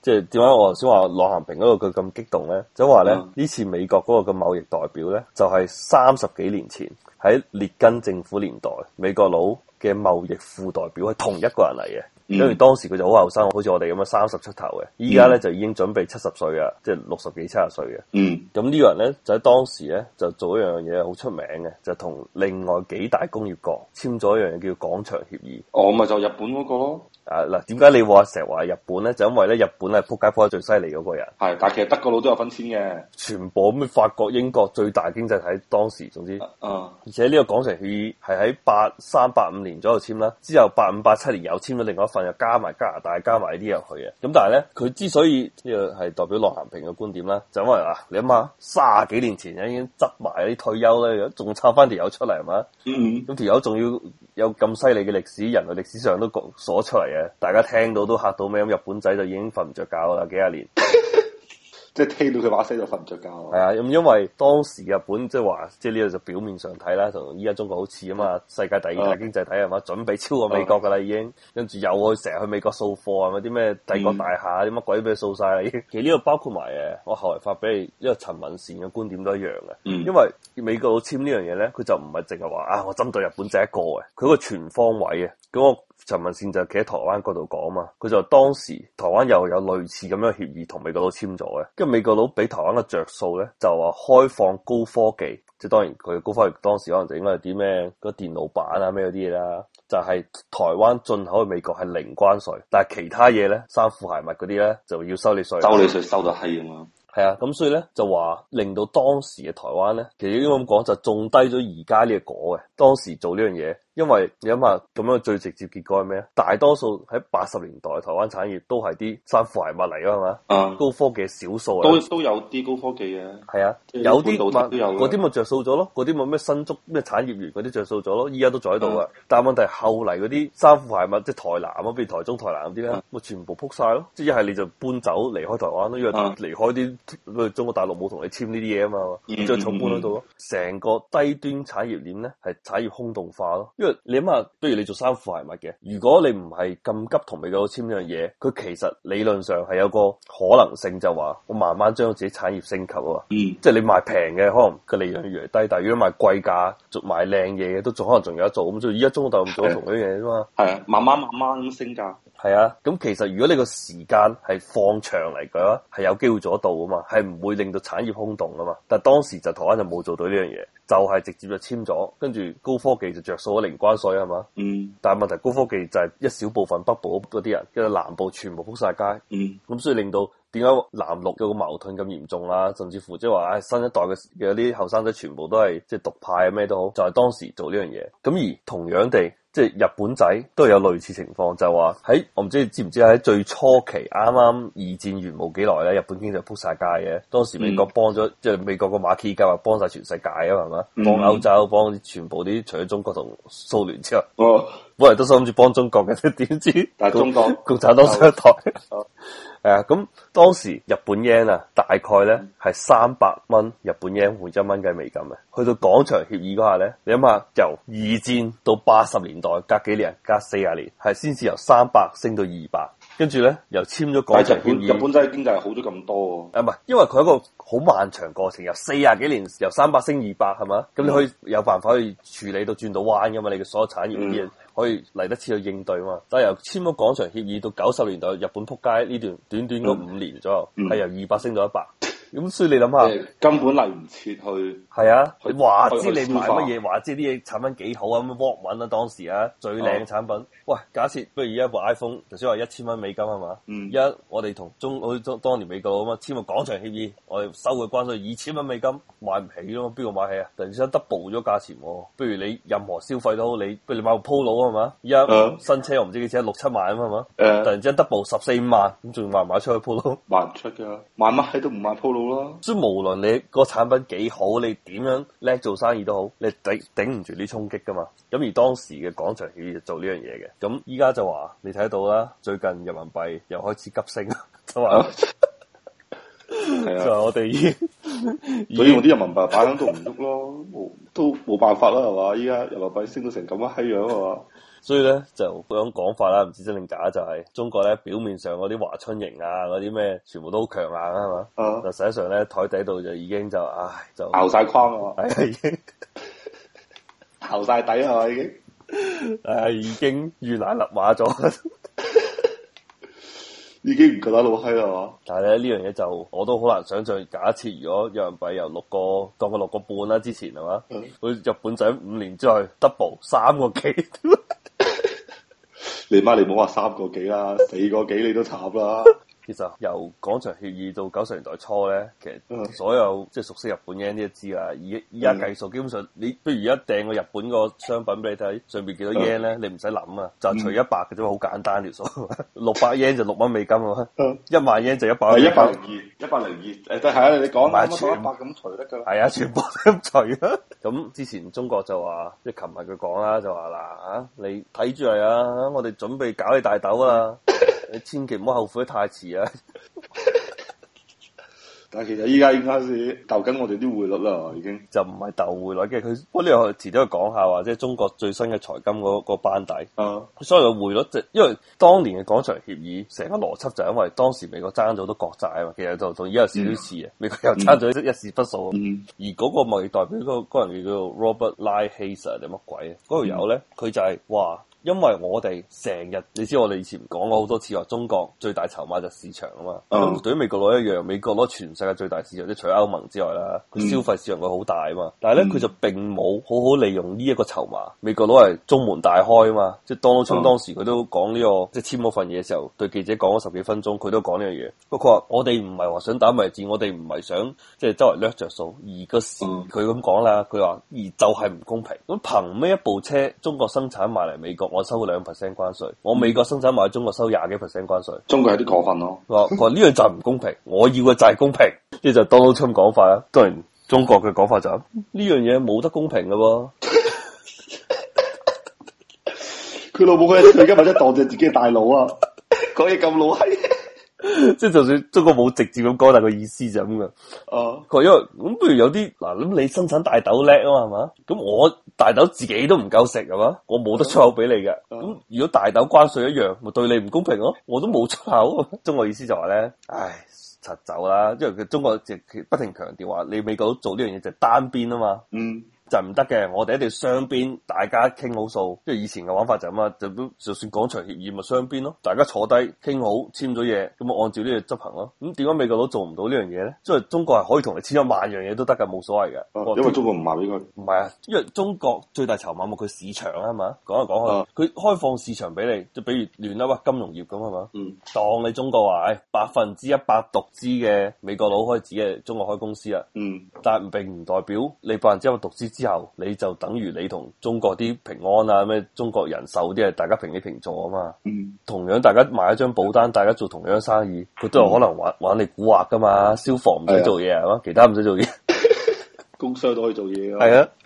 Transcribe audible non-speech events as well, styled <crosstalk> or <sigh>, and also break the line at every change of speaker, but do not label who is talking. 即係點解我頭先話郎咸平嗰個佢咁激動咧？就話咧
嗯
呢次美國嗰個嘅貿易代表咧，就係三十幾年前喺列根政府年代美國佬嘅貿易副代表係同一個人嚟嘅。因為
嗯
當時佢就好後生，好似我哋咁樣三十出頭嘅，依家咧就已經準備七十歲啊，即係六十幾七十歲嘅。
嗯
咁呢個人咧就喺當時咧就做一樣嘢好出名嘅，就同另外幾大工業國簽咗一樣嘢叫廣場協議。
我哦咪就日本嗰個咯，
啊嗱，點解你話成日話日本咧？就因為咧日本係撲街撲得最犀利嗰個人，
係，但係其實德國佬都有分錢嘅，
全部咩法國、英國最大經濟體，當時總之，
啊，
而且呢個廣場協議係喺八三八五年左右簽啦，之後八五八七年又簽咗另外一份，又加埋加拿大加埋呢啲入去嘅。咁但係咧，佢之所以呢個係代表郎咸平嘅觀點啦，就因為啊，你諗下卅幾年前已經執埋啲退休咧，仲抄翻條友出嚟係嘛？
嗯
咁條友仲要有咁犀利嘅歷史，人類歷史上都講所出嚟嘅，大家聽到都嚇到咩咁？日本仔就已經瞓唔着覺啦，幾廿年。
即係聽到佢把聲就瞓唔着覺
係
啊，
啊，咁因為當時日本即係話，即係呢個就表面上睇啦，同依家中國好似啊嘛，世界第二大經濟體係嘛，準備超過美國噶啦已經，跟住又去成日去美國掃貨啊，咪啲咩帝國大廈啊啲乜鬼俾佢掃晒啦已經。其實呢個包括埋誒，我後來發俾你，因為陳文善嘅觀點都一樣嘅。
嗯
因為美國佬簽呢樣嘢咧，佢就唔係淨係話啊，我針對日本仔一個嘅，佢個全方位嘅。咁我陳文善就企喺台灣嗰度講嘛，佢就當時台灣又有類似咁樣嘅協議同美國佬簽咗嘅，跟住美國佬俾台灣嘅着數咧，就話開放高科技，即係當然佢嘅高科技當時可能就應該係啲咩嗰電腦板啊咩嗰啲嘢啦，就係、台灣進口去美國係零關稅，但係其他嘢咧衫褲鞋襪嗰啲咧就要收你稅。
收你稅收到閪咁啊，
係啊，咁所以咧就話令到當時嘅台灣咧，其實應該咁講就種低咗而家呢個果嘅。當時做呢樣嘢，因為你諗下咁樣最直接結果係咩啊？大多數喺八十年代台灣產業都係啲衫褲鞋襪嚟㗎嘛，
啊，
高科技少數啊
都。都有啲高科技嘅，
係啊，
即係
有啲
半導體都有
咪
嘅
嗰啲咪着數咗咯，嗰啲咪咩新竹咩產業園嗰啲着數咗咯，依家都仲喺度
嗯
啊。但係問題係後嚟嗰啲衫褲鞋襪，即係台南啊，譬如台中、台南嗰啲咧
嗯，
咪全部撲晒咯。即係一係你就搬走離開台灣咯，因為
嗯
離開啲譬如中國大陸冇同你簽呢啲嘢啊嘛，
嗯
最重搬喺度咯。成個低端產業鏈咧係產業空洞化咯，因為你諗下，不如你做衫褲鞋襪嘅，如果你唔係咁急同美國佬簽呢樣嘢，佢其實理論上係有個可能性就話我慢慢將自己產業升級啊嘛。
嗯
即係你賣平嘅，可能個利潤越嚟越低，但係如果賣貴價、做賣靚嘢嘅，都仲可能仲有得做。咁所以依家中國大陸做
係
同樣嘢啫嘛。
係啊，慢慢慢慢咁升價，
係啊，咁其實如果你個時間係放長嚟講，係有機會做得到噶嘛，係唔會令到產業空洞噶嘛。但係當時就台灣就冇做到呢樣嘢，就係、直接就簽咗，跟住高科技就着數咗零關稅係啊嘛。
嗯
但係問題高科技就係一小部分北部嗰啲人，跟住南部全部撲晒街。
嗯
咁所以令到點解南陸有個矛盾咁嚴重啦、甚至乎即係話，唉，新一代嘅嘅啲後生仔全部都係即係獨派啊，咩都好，就係、當時做呢樣嘢。咁而同樣地，即係日本仔都有類似情況，就係話喺我唔知你知唔知喺最初期啱啱二戰完冇幾耐咧，日本經濟撲晒街嘅。當時美國
嗯
幫咗、即係美國個馬歇爾計劃幫晒全世界啊嘛，係嘛？
嗯
幫歐洲，幫啲全部啲除咗中國同蘇聯之外，
哦，
本來都諗住幫中國嘅， <laughs> 點知
但係中國
共產黨上台。
哦
係啊，咁當時日本 yen 啊，大概咧係三百蚊日本 yen 換一蚊嘅美金嘅。去到廣場協議嗰下咧，你諗下由二戰到八十年代，隔幾年隔四廿年，係先至由三百升到二百，跟住咧又簽咗廣
但
場
係
協
日本
議。
日本真係經濟係好咗咁多喎，
啊，唔係，因為佢係一個好漫長過程，由四廿幾年，由三百升二百，係嘛？
嗯
咁你可以有辦法去處理到轉到彎噶嘛？你嘅所有產業啲嘢
嗯
可以嚟得切去應對嘛？但係由簽咗廣場協議到九十年代日本撲街呢段短短嗰五年左右，
嗯
係、由二百升到一百。咁所以你諗下，
即係根本嚟唔切去，
係啊，你話
去
知你
去
買
消化
乜嘢，話知啲嘢產品幾好啊，咁 walk 穩啊，當時啊最
哦
靚嘅產品。喂，假設不如而家部 iPhone，頭先話一千蚊美金係嘛？
嗯
而家我哋同中好似當當年美國咁啊，簽個廣場協議，我哋收佢關稅二千蚊美金，買唔起咯，邊個買起啊？突然之間 double 咗價錢喎、不如你任何消費都好，你不如你買部 Polo 係嘛？而家
嗯
新車我唔知幾錢，六七萬啊嘛係嘛？突然之
誒
間 double 十四五萬，咁仲賣唔賣出去 Polo？ <laughs>
賣唔出㗎，賣乜閪都唔賣 Polo 啦，
所以無論你個產品幾好，你點樣叻做生意都好，你頂頂唔住呢衝擊噶嘛。咁而當時嘅廣場協議就做呢樣嘢嘅。咁依家就話你睇到啦，最近人民幣又開始急升， <laughs> 就話
係
就
啊。
話我哋已經
<laughs> 所以我啲人民幣擺喺度唔喐咯，冇都冇辦法啦，係嘛？依家人民幣升到成咁嘅閪樣係嘛？
所以咧就嗰種講法啦，唔知真定假就係、中國咧表面上嗰啲華春瑩啊嗰啲咩，全部都好強硬啊係嘛，
啊， <laughs>
但實際上咧台底度就已經就唉就
熬晒框啊嘛，
係已經
熬晒底啊嘛已經。
唉已經遇難立馬
<laughs>
咗。
已經唔覺得老閪啦嘛，
但係咧呢樣嘢就我都好難想象，假設如果人民幣由六個當佢六個半啦，之前係嘛，
嗯
佢日本仔五年之內 double 三個幾。
你媽你唔好話三個幾啦，四個幾你都慘啦。
其實由廣場協議到九十年代初咧，其
嗯
實所有即係熟悉日本 yen 呢都知啦。而啊依家計數，基本上你不如而家掟個日本個商品俾你睇，上邊幾
嗯
多 yen 咧，你唔使諗啊，就除一百嘅啫嘛，好簡單條數。 <laughs> 六百 yen 就六蚊美金啊嘛，
嗯
一萬 yen 就一百
係
蚊美
一
金
百零二，一百零二，誒，都係啊！你講啦，
唔係
乜
全
一百咁除得㗎啦。
係啊，全部都咁除啊！ <laughs> 咁之前中國就話，即係琴日佢講啦，就話嗱啊，你睇住嚟啊，我哋準備搞你大豆啦，你千祈唔好後悔得太遲啊！
但係其實依家應該是鬥緊我哋啲匯率啦，已經。
就唔係鬥匯率嘅，佢不過呢個遲啲去講下話，即係中國最新嘅財金嗰個班底。
啊，
所以個匯率就因為當年嘅廣場協議，成個邏輯就係因為當時美國爭咗好多國債啊嘛，其實就同而家有少少似嘅，美國又爭咗一時不數。啊
嗯，
而嗰個貿易代表嗰嗰人叫做 Robert Lai Hazer 定乜鬼啊？嗰條友
嗯
咧，佢就係、話，因為我哋成日，你知我哋以前講過好多次話，中國最大籌碼就市場啊嘛。
嗯
咁對於美國佬一樣，美國佬全世界最大市場，即係除咗歐盟之外啦，佢
嗯
消費市場佢好大啊嘛。但係咧，
嗯
佢就並冇好好利用呢一個籌碼。美國佬係中門大開啊嘛，即係 Donald Trump
嗯
當時佢都講呢、個，即係簽嗰份嘢嘅時候，對記者講咗十幾分鐘，佢都講呢樣嘢。不過佢話我哋唔係話想打貿易戰，我哋唔係想即係周圍掠着數，而個市
嗯
佢咁講啦，佢話而就係唔公平。咁憑咩一部車中國生產賣嚟美國，我收兩 percent 關稅，我美國生產賣去中國收廿幾 percent 關稅？
中國有啲過分咯。
佢話佢話呢樣就係唔公平，我要嘅就係公平，呢就係 Donald Trump 講法啦。當然中國嘅講法就係呢樣嘢冇得公平嘅喎。 <laughs>
佢老母佢佢今日真係當正自己係大佬啊！ <laughs> 講嘢咁老閪。
即係就算中國冇直接咁講，但係個意思就係咁嘅。
啊，
佢話因為咁，不如有啲嗱，咁你生產大豆叻啊嘛，係嘛？咁我大豆自己都唔夠食係嘛？我冇得出口俾你嘅。
嗯
咁如果大豆關稅一樣，咪對你唔公平咯？我都冇出口。 <laughs> 中國意思就話咧，唉。柒走啦，因為佢中國就不停強調話，你美國做呢樣嘢就係單邊啊嘛，
嗯，
就唔得嘅，我哋一定要雙邊，大家傾好數。即係以前嘅玩法就係咁啊，就都就算廣場協議咪雙邊咯，大家坐低傾好簽咗嘢，咁咪按照呢嘢執行咯。咁點解美國佬做唔到呢樣嘢咧？即係中國係可以同你簽一萬樣嘢都得㗎，冇所謂嘅。
啊
我
因為中國唔賣俾佢。
唔係啊，因為中國最大籌碼咪佢市場啊嘛，講嚟講去，佢、開放市場俾你，就比如亂啦喂金融業咁係嘛，
嗯，
當你中國話唉百分之一百獨資嘅美國佬開始嘅中國開公司啊。
嗯，
但係並唔代表你百分之一百獨資之後，你就等於你同中國啲平安啊咩中國人壽啲係大家平起平坐啊嘛。
嗯，
同樣大家買一張保單，大家做同樣嘅生意，佢都有可能玩玩你蠱啊惑噶嘛。消防唔使做嘢係嘛，其他唔使做嘢
工商都可以做嘢啊。
係啊。